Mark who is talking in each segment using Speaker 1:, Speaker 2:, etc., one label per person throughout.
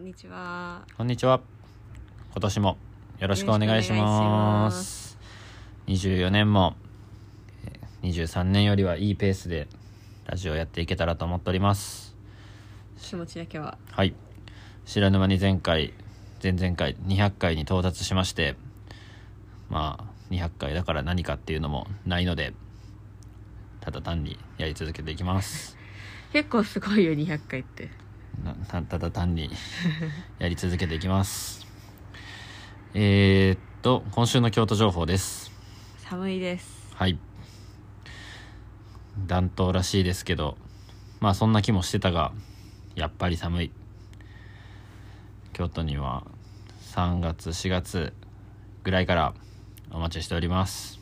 Speaker 1: にちは。
Speaker 2: こんにちは。今年もよろしくお願いします。24年もえー23年よりはいいペースでラジオやっていけたらと思っております。
Speaker 1: 気持ちだけは。
Speaker 2: はい。知らぬ間に前回、前々回200回に到達しまして、まあ200回だから何かっていうのもないので、ただ単にやり続けていきます。
Speaker 1: 結構すごいよ、200回って。
Speaker 2: なたただ単にやり続けていきますえー、っと今週の京都情報です
Speaker 1: 寒いです。
Speaker 2: はい暖冬らしいですけどまあそんな気もしてたがやっぱり寒い京都には3月4月ぐらいからお待ちしております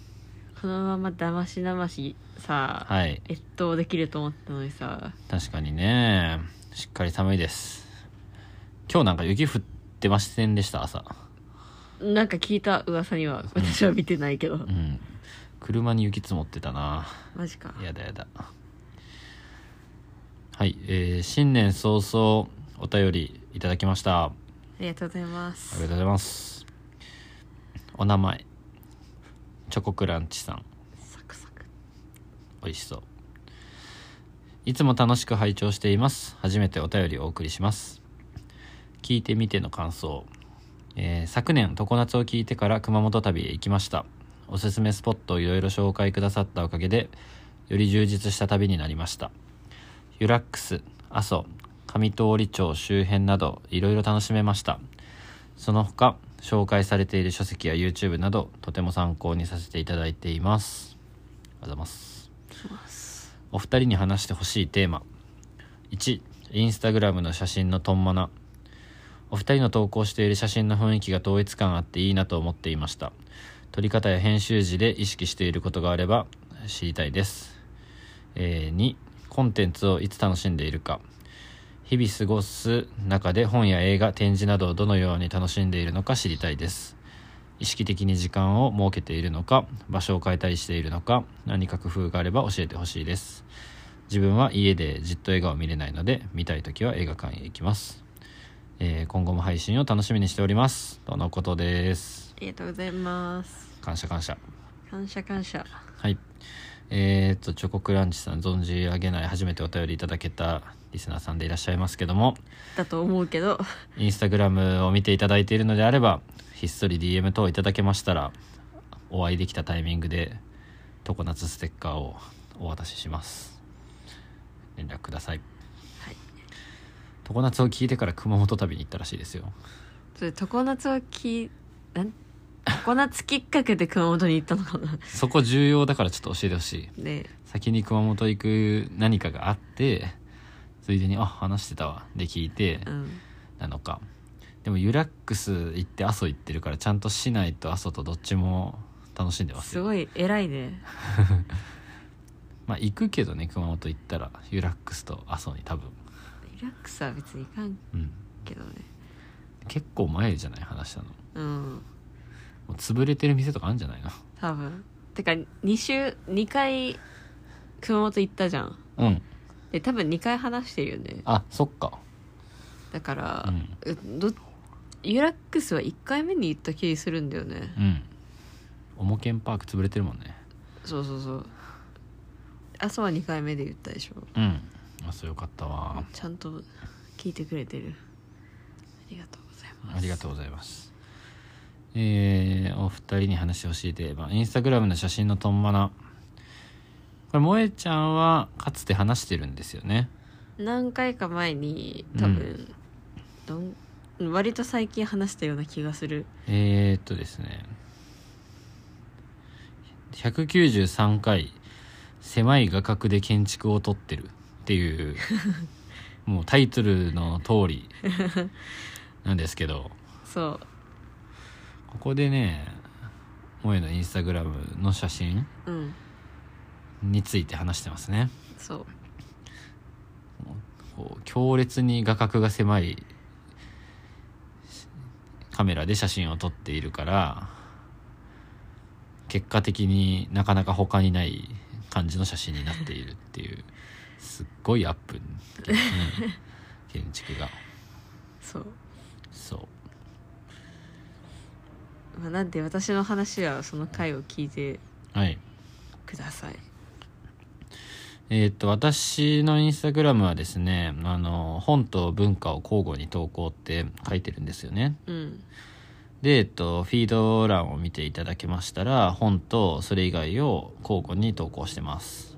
Speaker 1: このままだましだましさ、
Speaker 2: はい
Speaker 1: 越冬できると思ったのにさ、
Speaker 2: 確かにねしっかり寒いです今日なんか雪降ってませんでした朝
Speaker 1: なんか聞いた噂には、私は見てないけど
Speaker 2: う。ん車に雪積もってたな
Speaker 1: マジか。
Speaker 2: やだやだはい、えー新年早々お便りいただきましたあ
Speaker 1: ありがとうございま
Speaker 2: りがと
Speaker 1: す
Speaker 2: う。ございますお名前チョコクランチさん
Speaker 1: サクサク。
Speaker 2: 美味しそういつも楽しく拝聴しています初めてお便りをお送りします聞いてみての感想、えー昨年常夏を聞いてから熊本旅へ行きましたおすすめスポットをいろいろ紹介くださったおかげでより充実した旅になりましたユラックス阿蘇上通り町周辺などいろいろ楽しめましたその他紹介されている書籍や YouTube などとても参考にさせていただいていますありがとうございますお二人に話してほしいテーマ1インスタグラムの写真のトンマナお二人の投稿している写真の雰囲気が統一感あっていいなと思っていました撮り方や編集時で意識していることがあれば知りたいです、えー2コンテンツをいつ楽しんでいるか日々過ごす中で本や映画展示などをどのように楽しんでいるのか知りたいです意識的に時間を設けているのか場所を変えたりしているのか何か工夫があれば教えてほしいです自分は家でじっと映画を見れないので見たい時は映画館へ行きます、えー今後も配信を楽しみにしておりますとのことです
Speaker 1: ありがとうございます。
Speaker 2: 感謝感謝
Speaker 1: 感謝感謝。
Speaker 2: はいえー、とチョコクランチさん存じ上げない初めてお便りいただけたリスナーさんでいらっしゃいますけども
Speaker 1: だと思うけど、
Speaker 2: インスタグラムを見ていただいているのであればひっそり DM 等いただけましたらお会いできたタイミングで常夏ステッカーをお渡しします連絡ください
Speaker 1: はい。
Speaker 2: 常夏を聞いてから熊本旅に行ったらしいですよ
Speaker 1: それ、常夏をき、なん常夏きっかけで熊本に行ったのかな
Speaker 2: そこ重要だからちょっと教えてほしい
Speaker 1: ね
Speaker 2: 先に熊本行く何かがあってついでに「あ話してたわ」で聞いて
Speaker 1: うん。
Speaker 2: なのかでもユラックス行って阿蘇行ってるからちゃんと市内と阿蘇とどっちも楽しんでます
Speaker 1: す
Speaker 2: よ
Speaker 1: ごい偉いね
Speaker 2: まあ行くけどね熊本行ったらユラックスと阿蘇に多分
Speaker 1: リラックスは別にいかん
Speaker 2: うん
Speaker 1: けどね
Speaker 2: 結構前じゃない話したのも
Speaker 1: うん
Speaker 2: う潰れてる店とかあるんじゃないの
Speaker 1: 多分てか2週2回熊本行ったじゃん
Speaker 2: うん
Speaker 1: で多分2回話してるよね
Speaker 2: あそっか
Speaker 1: だから
Speaker 2: う、ん
Speaker 1: うどユラックスは1回目に行った気するんだよね
Speaker 2: うんオモケンパーク潰れてるもんね
Speaker 1: そうそうそう朝は2回目で言ったでしょ
Speaker 2: うんあそうよかったわ
Speaker 1: ちゃんと聞いてくれてるありがとうございます
Speaker 2: ありがとうございますえー、お二人に話してほしいテーマインスタグラムの写真のトンマナこれ萌えちゃんはかつて話してるんですよね
Speaker 1: 何回か前に多分、どん割と最近話したような気がする
Speaker 2: えー、っとですね193回「狭い画角で建築を撮ってる」っていうもうタイトルの通りなんですけど
Speaker 1: そう
Speaker 2: ここでね萌えのインスタグラムの写真
Speaker 1: うん
Speaker 2: について話してますね
Speaker 1: そう
Speaker 2: こう強烈に画角が狭いカメラで写真を撮っているから結果的になかなか他にない感じの写真になっているっていうすっごいアップですね建築が
Speaker 1: そうまあ、なんで私の話はその回を聞いて
Speaker 2: はい
Speaker 1: ください
Speaker 2: えーっと私のインスタグラムはですねあの本と文化を交互に投稿って書いてるんですよね
Speaker 1: うん
Speaker 2: で、えっと、フィード欄を見ていただけましたら本とそれ以外を交互に投稿してます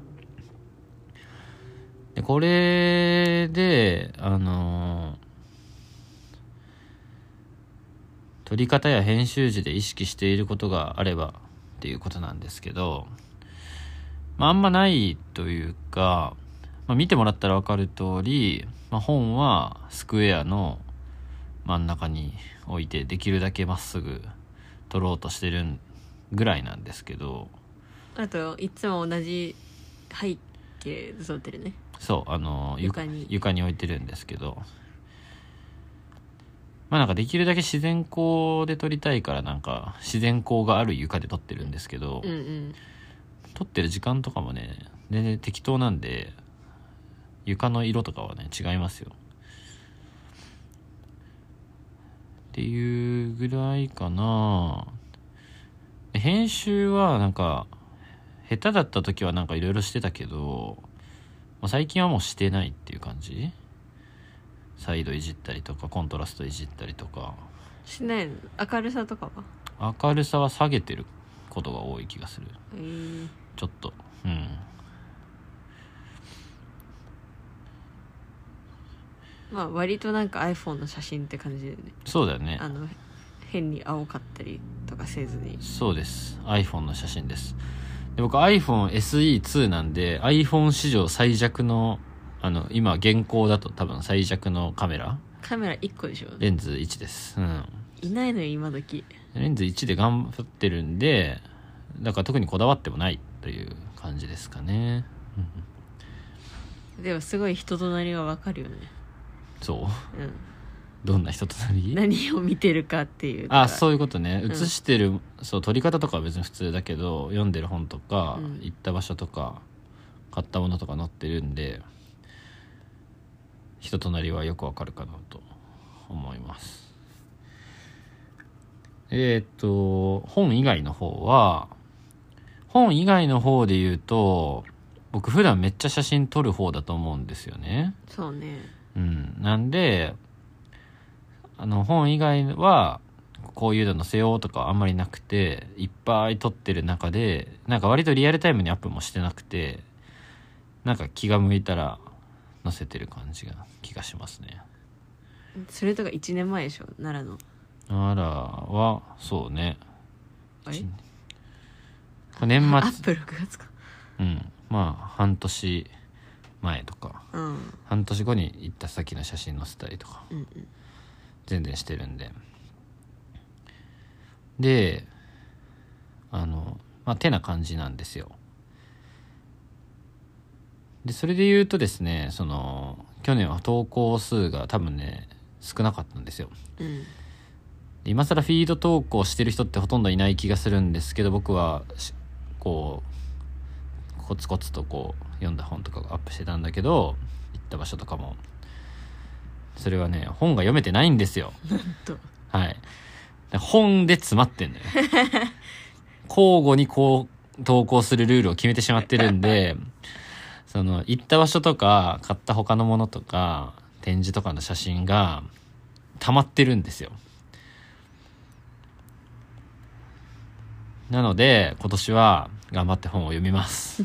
Speaker 2: でこれであの撮り方や編集時で意識していることがあればっていうことなんですけど、まあ、あんまないというか、まあ、見てもらったら分かる通り、まあ、本はスクエアの真ん中に置いてできるだけまっすぐ取ろうとしてるぐらいなんですけど
Speaker 1: あといつも同じ背景で撮ってるね
Speaker 2: そうあのゆ
Speaker 1: 床に
Speaker 2: 床に置いてるんですけどまあなんかできるだけ自然光で撮りたいからなんか自然光がある床で撮ってるんですけど、
Speaker 1: うんうん
Speaker 2: 撮ってる時間とかもね全然適当なんで床の色とかはね違いますよっていうぐらいかな編集はなんか下手だった時はなんかいろいろしてたけどもう最近はもうしてないっていう感じサイドいじったりとかコントラストいじったりとか
Speaker 1: しないの明るさとかは
Speaker 2: 明るさは下げてることが多い気がする
Speaker 1: えー
Speaker 2: ちょっとうん
Speaker 1: まあ割となんか iPhone の写真って感じだよね
Speaker 2: そうだよね
Speaker 1: あの変に青かったりとかせずに
Speaker 2: そうです iPhone の写真ですで僕 iPhoneSE2 なんで iPhone 史上最弱のあの今現行だと多分最弱のカメラ
Speaker 1: カメラ1個でしょ
Speaker 2: レンズ1ですうん
Speaker 1: いないのよ今時
Speaker 2: レンズ1で頑張ってるんでだから特にこだわってもないという感じですかねうん
Speaker 1: でもすごい人となりはわかるよね
Speaker 2: そう
Speaker 1: うん
Speaker 2: どんな人となり
Speaker 1: 何を見てるかっていう
Speaker 2: あ
Speaker 1: う
Speaker 2: そういうことね
Speaker 1: うん
Speaker 2: 写してる、そう撮り方とかは別に普通だけど読んでる本とか、
Speaker 1: うん
Speaker 2: 行った場所とか買ったものとか載ってるんで人となりはよくわかるかなと思いますえーっと本以外の方は本以外の方で言うと僕普段めっちゃ写真撮る方だと思うんですよね
Speaker 1: そうね
Speaker 2: うん、なんであの本以外はこういうの載せようとかあんまりなくていっぱい撮ってる中でなんか割とリアルタイムにアップもしてなくてなんか気が向いたら載せてる感じが気がしますね
Speaker 1: それとか1年前でしょ奈良の
Speaker 2: あらはそうね
Speaker 1: あれ
Speaker 2: 一これ年
Speaker 1: ア
Speaker 2: 末
Speaker 1: ップ6月か
Speaker 2: うんまあ半年前とか
Speaker 1: うん
Speaker 2: 半年後に行った先の写真載せたりとか
Speaker 1: うんうん
Speaker 2: 全然してるんでであのまあ手な感じなんですよでそれで言うとですねその去年は投稿数が多分ね少なかったんですよ
Speaker 1: うん
Speaker 2: で今更フィード投稿してる人ってほとんどいない気がするんですけど僕はしこうコツコツとこう読んだ本とかがアップしてたんだけど行った場所とかもそれはね本が読めてないんですよ
Speaker 1: と
Speaker 2: はい。本で詰まってんのよ。交互にこう、投稿するルールを決めてしまってるんで、その、行った場所とか、買った他のものとか、展示とかの写真が、溜まってるんですよ。なので、今年は、頑張って本を読みます。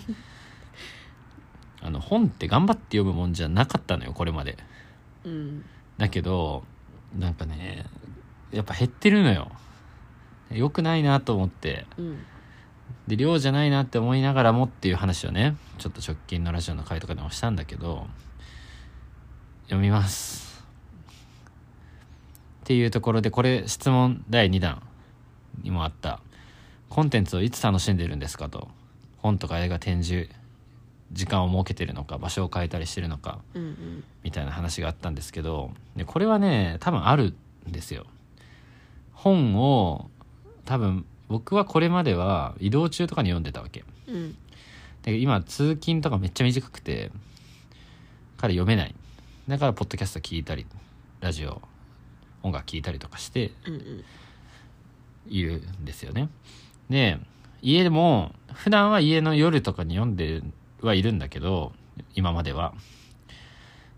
Speaker 2: あの、本って頑張って読むもんじゃなかったのよ、これまで。
Speaker 1: うん
Speaker 2: だけどなんかねやっぱ減ってるのよ良くないなと思って
Speaker 1: うん
Speaker 2: で量じゃないなって思いながらもっていう話をねちょっと直近のラジオの回とかでもしたんだけど読みますっていうところでこれ質問第2弾にもあったコンテンツをいつ楽しんでるんですかと本とか映画展示時間を設けてるのか場所を変えたりしてるのか
Speaker 1: うんうん
Speaker 2: みたいな話があったんですけどでこれはね多分あるんですよ本を多分僕はこれまでは移動中とかに読んでたわけ
Speaker 1: うん
Speaker 2: で今通勤とかめっちゃ短くて彼読めないだからポッドキャスト聞いたりラジオ音楽聞いたりとかして
Speaker 1: うんうん
Speaker 2: いるんですよね。で家でも普段は家の夜とかに読んではいるんだけど今までは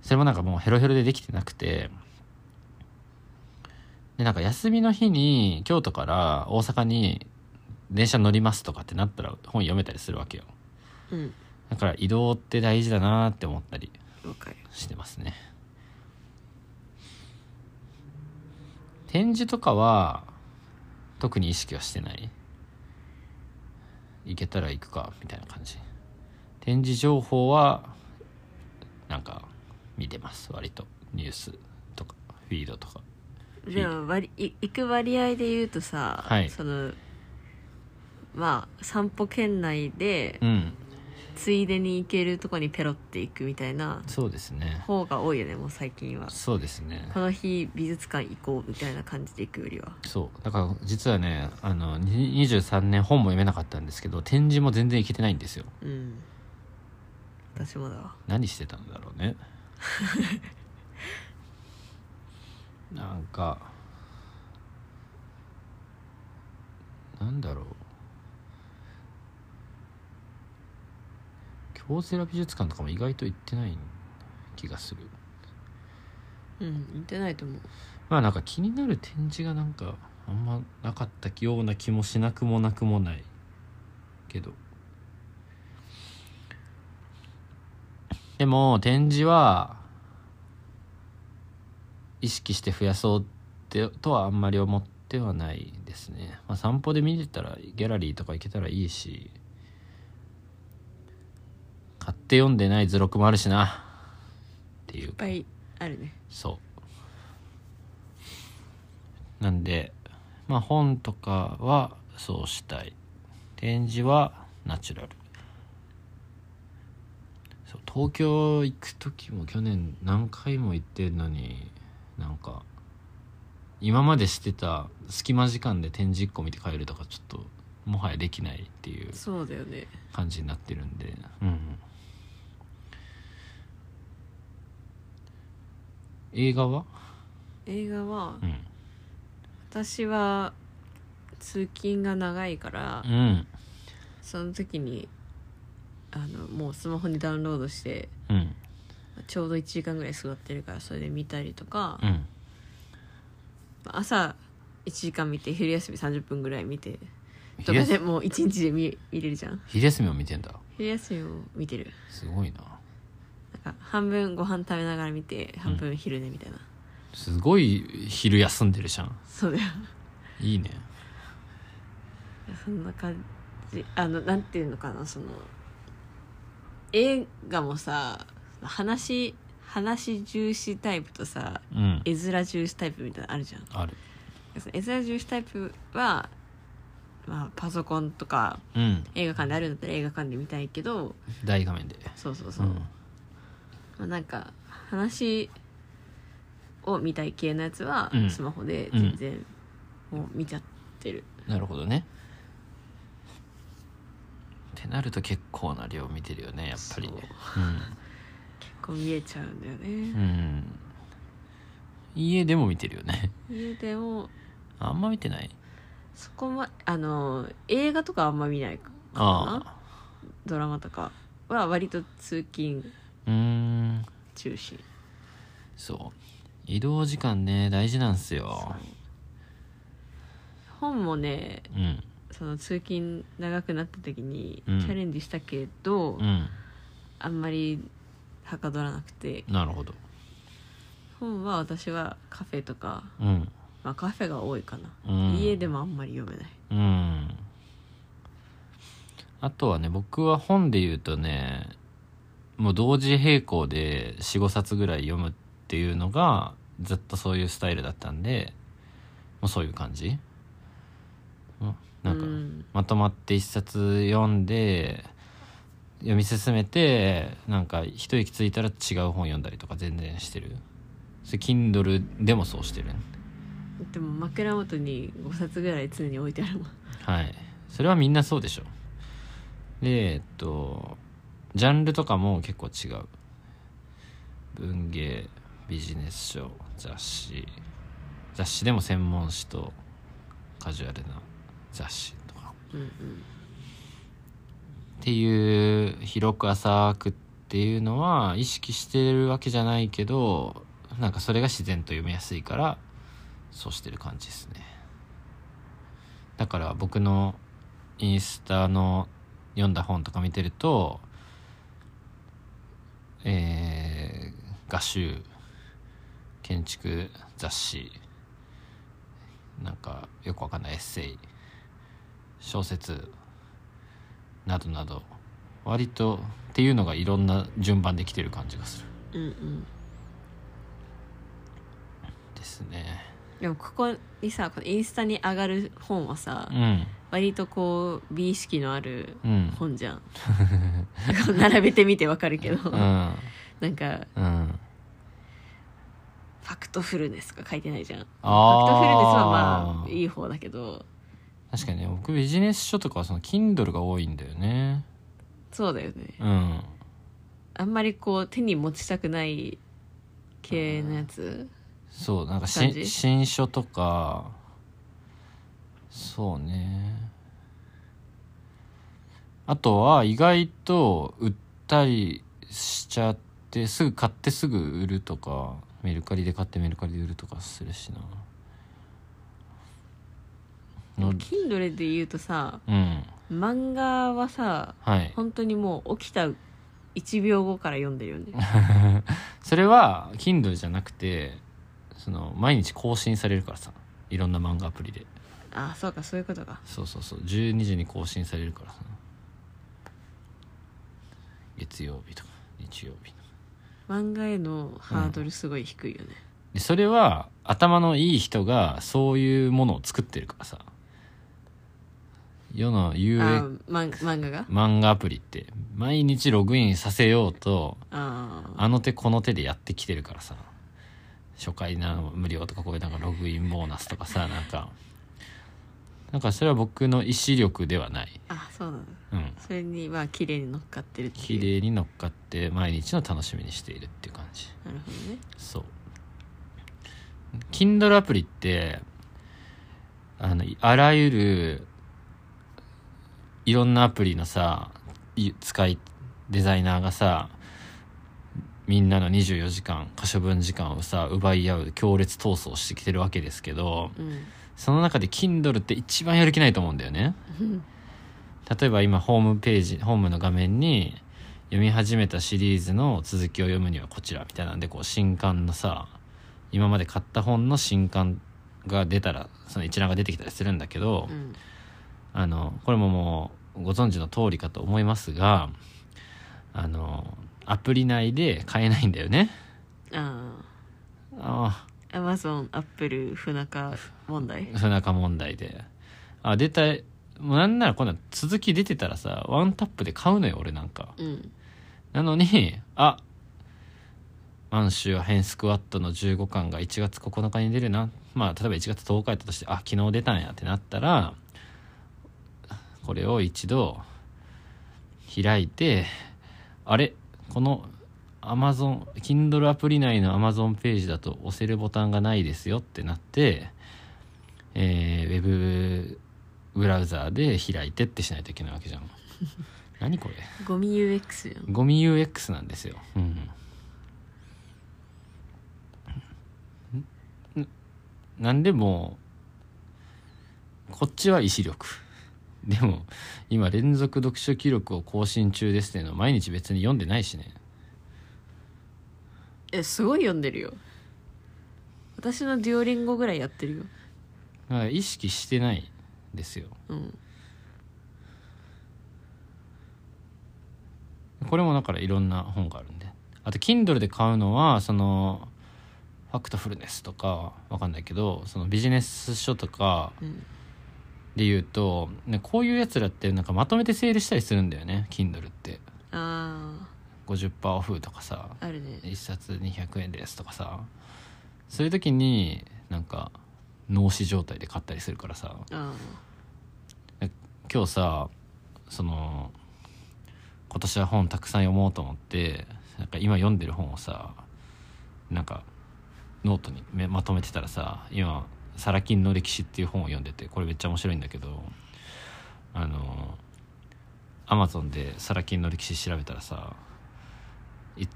Speaker 2: それもなんかもうヘロヘロでできてなくてでなんか休みの日に京都から大阪に電車乗りますとかってなったら本読めたりするわけよ
Speaker 1: うん
Speaker 2: だから移動って大事だなって思ったり
Speaker 1: わかる
Speaker 2: してますね展示とかは特に意識はしてない行けたら行くかみたいな感じ展示情報はなんか見てます割とニュースとかフィードとか
Speaker 1: でも割い行く割合で言うとさ、
Speaker 2: はい
Speaker 1: そのまあ散歩圏内で
Speaker 2: うん
Speaker 1: ついでに行けるとこにペロって行くみたいな
Speaker 2: そうですね
Speaker 1: 方が多いよねもう最近は
Speaker 2: そうですね
Speaker 1: この日美術館行こうみたいな感じで行くよりは
Speaker 2: そうだから実はねあのに23年本も読めなかったんですけど展示も全然行けてないんですよ
Speaker 1: うん私もだわ
Speaker 2: 何してたんだろうねなんかなんだろう京セラ美術館とかも意外と行ってない気がする
Speaker 1: うん行ってないと思う
Speaker 2: まあなんか気になる展示がなんかあんまなかったような気もしなくもなくもないけどでも展示は意識して増やそうってとはあんまり思ってはないですね、まあ、散歩で見てたらギャラリーとか行けたらいいし買って読んでない図録もあるしなっていう
Speaker 1: いっぱいあるね
Speaker 2: そうなんでまあ本とかはそうしたい展示はナチュラルそう東京行く時も去年何回も行ってんのになんか今までしてた隙間時間で展示1個見て帰るとかちょっともはやできないっていう
Speaker 1: そうだよね
Speaker 2: 感じになってるんでうん映画は
Speaker 1: 映画は
Speaker 2: うん
Speaker 1: 私は通勤が長いから
Speaker 2: うん
Speaker 1: その時にあのもうスマホにダウンロードして
Speaker 2: うん
Speaker 1: ちょうど1時間ぐらい座ってるからそれで見たりとか
Speaker 2: う、ん
Speaker 1: 朝1時間見て昼休み30分ぐらい見てと
Speaker 2: 昼
Speaker 1: かで
Speaker 2: 休
Speaker 1: もう1日で見見れるじゃん
Speaker 2: 昼休みを見てんだ
Speaker 1: 昼休みを見てる
Speaker 2: すごいな
Speaker 1: なんか半分ご飯食べながら見て半分昼寝みたいな、
Speaker 2: すごい昼休んでるじゃん
Speaker 1: そうだよ
Speaker 2: いいね
Speaker 1: そんな感じあのなんていうのかなその映画もさ話話重視タイプとさ
Speaker 2: うん
Speaker 1: 絵面重視タイプみたいなのあるじゃん
Speaker 2: ある
Speaker 1: その絵面重視タイプは、まあ、パソコンとか
Speaker 2: うん
Speaker 1: 映画館であるんだったら映画館で見たいけど
Speaker 2: 大画面で
Speaker 1: そうそう
Speaker 2: う
Speaker 1: そう、
Speaker 2: ん
Speaker 1: まあ、なんか話を見たい系のやつは
Speaker 2: うん
Speaker 1: スマホで全然もう見ちゃってる、
Speaker 2: なるほどねってなると結構な量見てるよねやっぱり
Speaker 1: そう
Speaker 2: うん
Speaker 1: 結構見えちゃうんだよ
Speaker 2: う
Speaker 1: ね、
Speaker 2: ん家でも見てるよね
Speaker 1: 家でも
Speaker 2: あんま見てない
Speaker 1: そこまあの映画とかあんま見ないかな
Speaker 2: あ
Speaker 1: ドラマとかは割と通勤
Speaker 2: あうーん
Speaker 1: 中心
Speaker 2: そう移動時間ね大事なんすよ
Speaker 1: 本もね
Speaker 2: うん
Speaker 1: その通勤長くなった時にチ
Speaker 2: うん
Speaker 1: ャレンジしたけど、
Speaker 2: うん
Speaker 1: あんまりはかどらなくて
Speaker 2: なるほど
Speaker 1: 本は私はカフェとか、
Speaker 2: うん
Speaker 1: まあ、カフェが多いかな、
Speaker 2: うん
Speaker 1: 家でもあんまり読めない
Speaker 2: うんあとはね僕は本で言うとねもう同時並行で45冊ぐらい読むっていうのがずっとそういうスタイルだったんでもうそういう感じうんなんか、
Speaker 1: うん
Speaker 2: まとまって一冊読んで読み進めてなんか一息ついたら違う本読んだりとか全然してるそれ Kindle でもそうしてる
Speaker 1: でも枕元に5冊ぐらい常に置いてあるもん
Speaker 2: はいそれはみんなそうでしょでえっとジャンルとかも結構違う文芸ビジネス書雑誌雑誌でも専門誌とカジュアルな雑誌とか
Speaker 1: うんうん
Speaker 2: っていう広く浅くっていうのは意識してるわけじゃないけどなんかそれが自然と読みやすいからそうしてる感じですねだから僕のインスタの読んだ本とか見てるとえー、画集建築雑誌なんかよくわかんないエッセイ小説などなど割とっていうのがいろんな順番で来てる感じがする
Speaker 1: うんうん
Speaker 2: ですね
Speaker 1: でもここにさこのインスタに上がる本はさ、
Speaker 2: うん
Speaker 1: 割とこう美意識のある
Speaker 2: うん
Speaker 1: 本じゃん、 並べてみてわかるけど、
Speaker 2: うん
Speaker 1: なんか
Speaker 2: うん
Speaker 1: 「ファクトフルネス」が書いてないじゃんファクトフルネスは
Speaker 2: あ
Speaker 1: まあ
Speaker 2: あ
Speaker 1: いい方だけど
Speaker 2: 確かにね僕ビジネス書とかはその Kindle が多いんだよね
Speaker 1: そうだよね
Speaker 2: うん
Speaker 1: あんまりこう手に持ちたくない系のやつ
Speaker 2: そうなんかし
Speaker 1: 感じ
Speaker 2: 新書とかそうねあとは意外と売ったりしちゃってすぐ買ってすぐ売るとかメルカリで買ってメルカリで売るとかするしなの
Speaker 1: Kindle で言うとさ
Speaker 2: うん
Speaker 1: 漫画はさ
Speaker 2: はい
Speaker 1: 本当にもう起きた1秒後から読んでるよね
Speaker 2: それは Kindle じゃなくてその毎日更新されるからさいろんな漫画アプリで
Speaker 1: ああそうかそういうことか
Speaker 2: そうそうそう12時に更新されるからさ月曜日とか日曜日とか
Speaker 1: 漫画へのハードルすごい低いよね、
Speaker 2: でそれは頭のいい人がそういうものを作ってるからさ世の
Speaker 1: あ
Speaker 2: UX
Speaker 1: ーまん漫画が
Speaker 2: 漫画アプリって毎日ログインさせようと
Speaker 1: ああ
Speaker 2: あの手この手でやってきてるからさ初回な無料とかこういうなんかログインボーナスとかさなんかなんかそれは僕の意志力ではない
Speaker 1: あそうなんだ
Speaker 2: うん
Speaker 1: それにまあ綺麗に乗っかってるっていう
Speaker 2: 綺麗に乗っかって毎日の楽しみにしているっていう感じ
Speaker 1: なるほどね
Speaker 2: そう Kindle アプリってあのいあらゆるいろんなアプリのさい使いデザイナーがさみんなの24時間可処分時間をさ奪い合う強烈闘争をしてきてるわけですけど
Speaker 1: う
Speaker 2: その中で Kindle って一番やる気ないと思うんだよね
Speaker 1: ん
Speaker 2: 例えば今ホームページホームの画面に読み始めたシリーズの続きを読むにはこちらみたいなんでこう新刊のさ今まで買った本の新刊が出たらその一覧が出てきたりするんだけど、
Speaker 1: うん
Speaker 2: あのこれももうご存知の通りかと思いますがあのアプリ内で買えないんだよね。
Speaker 1: あ
Speaker 2: あ
Speaker 1: あアマゾンアップル不仲問題
Speaker 2: あ不仲問題であ出たもうなんならこんなん続き出てたらさワンタップで買うのよ俺なんか。
Speaker 1: うん
Speaker 2: なのに、あ満州アヘンスクワットの15巻が1月9日に出るな。まあ、例えば1月10日やったとして、あ、昨日出たんやってなったら、これを一度開いて、あれこの Amazon、Kindle アプリ内の Amazon ページだと押せるボタンがないですよってなって、えー、ウェブブラウザーで開いてってしないといけないわけじゃん。何これ
Speaker 1: ゴミ UX じゃん
Speaker 2: ゴミ UX なんですよ。うんんんなんでもこっちは意志力でも今連続読書記録を更新中ですっていうのを毎日別に読んでないしね
Speaker 1: えすごい読んでるよ私のデュオリンゴぐらいやってるよ
Speaker 2: だから意識してないですよ
Speaker 1: うん
Speaker 2: これもだからいろんな本があるんであと Kindle で買うのはそのファクトフルネスとかわかんないけどそのビジネス書とか
Speaker 1: うん
Speaker 2: で言うと、ね、こういうやつらってなんかまとめてセールしたりするんだよね Kindle って
Speaker 1: あ
Speaker 2: 50%オフとかさ
Speaker 1: ああるね
Speaker 2: 1冊200円ですとかさそういう時になんか脳死状態で買ったりするからさ
Speaker 1: あ
Speaker 2: 今日さその今年は本たくさん読もうと思ってなんか今読んでる本をさなんかノートにめまとめてたらさ今サラ金の歴史」っていう本を読んでてこれめっちゃ面白いんだけどあのアマゾンでサラ金の歴史調べたらさい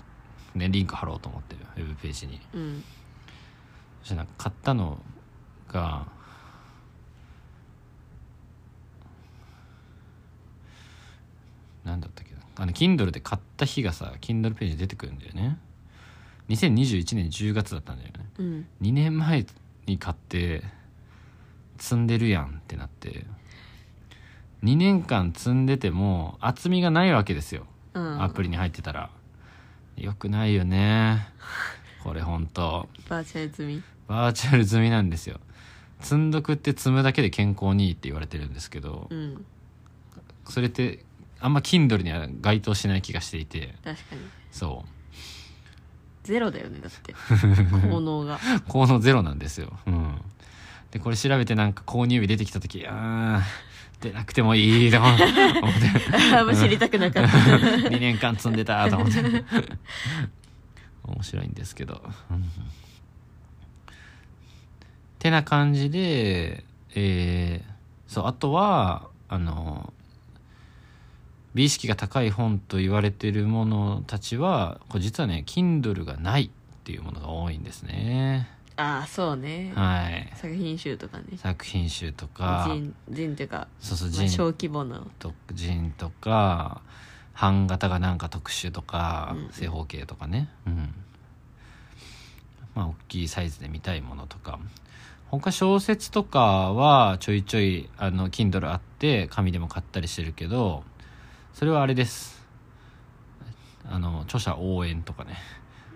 Speaker 2: ねリンク貼ろうと思ってウェブページに
Speaker 1: うん
Speaker 2: そしてなんか買ったのがなんだったっけなあの Kindle で買った日がさ Kindle ページに出てくるんだよね2021年10月だったんだよね
Speaker 1: うん
Speaker 2: 2年前に買って積んでるやんってなって2年間積んでても厚みがないわけですよ
Speaker 1: うん
Speaker 2: アプリに入ってたらよくないよねこれ本当
Speaker 1: バーチャル済み
Speaker 2: バーチャル済みなんですよ積んどくって積むだけで健康にいいって言われてるんですけど
Speaker 1: うん
Speaker 2: それってあんま Kindle には該当しない気がしていて
Speaker 1: 確かに
Speaker 2: そう
Speaker 1: ゼロだよねだって効能が
Speaker 2: 効能ゼロなんですよ。うん、でこれ調べてなんか購入日出てきた時あー出なくてもいいと思って
Speaker 1: あんま知りたく なかった
Speaker 2: 2年間積んでたと思って面白いんですけど。うんてな感じで、えーそうあとはあの美意識が高い本と言われているものたちはこれ実はね Kindle がないっていうものが多いんですね。
Speaker 1: ああそうね
Speaker 2: はい、
Speaker 1: 作品集とかね
Speaker 2: 作品集とか
Speaker 1: 人人っていうか、
Speaker 2: そうそう
Speaker 1: まあ、
Speaker 2: 人
Speaker 1: 小規模の
Speaker 2: と人とか版型がなんか特殊とか、
Speaker 1: うん
Speaker 2: 正方形とかね、うん、まあ大きいサイズで見たいものとか他小説とかはちょいちょいあの Kindle あって紙でも買ったりしてるけどそれはあれですあの著者応援とかね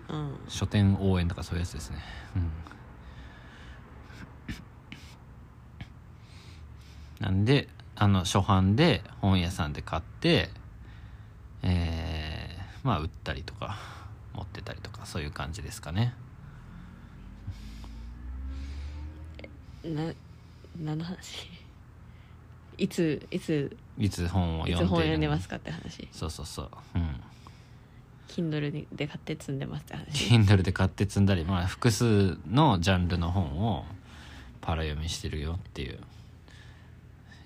Speaker 1: うん
Speaker 2: 書店応援とかそういうやつですねうんなんであの初版で本屋さんで買ってえーまあ売ったりとか持ってたりとかそういう感じですかね
Speaker 1: な何の話いついつ
Speaker 2: いつ本を
Speaker 1: いつ
Speaker 2: 読んで
Speaker 1: 本読
Speaker 2: る
Speaker 1: んで
Speaker 2: の
Speaker 1: ますかって話
Speaker 2: そうそうそううん
Speaker 1: Kindle にで買って積んでますって 話
Speaker 2: Kindle で買って積んだりまあ複数のジャンルの本をパラ読みしてるよっていう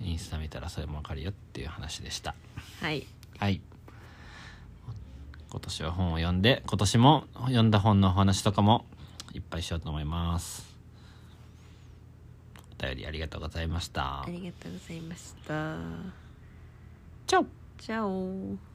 Speaker 2: インスタ見たらそれもわかるよっていう話でした
Speaker 1: はい
Speaker 2: はい。今年は本を読んで、今年も読んだ本のお話とかもいっぱいしようと思います。お便りありがとうございました
Speaker 1: あ。りがとうございました
Speaker 2: チャオ
Speaker 1: チャオ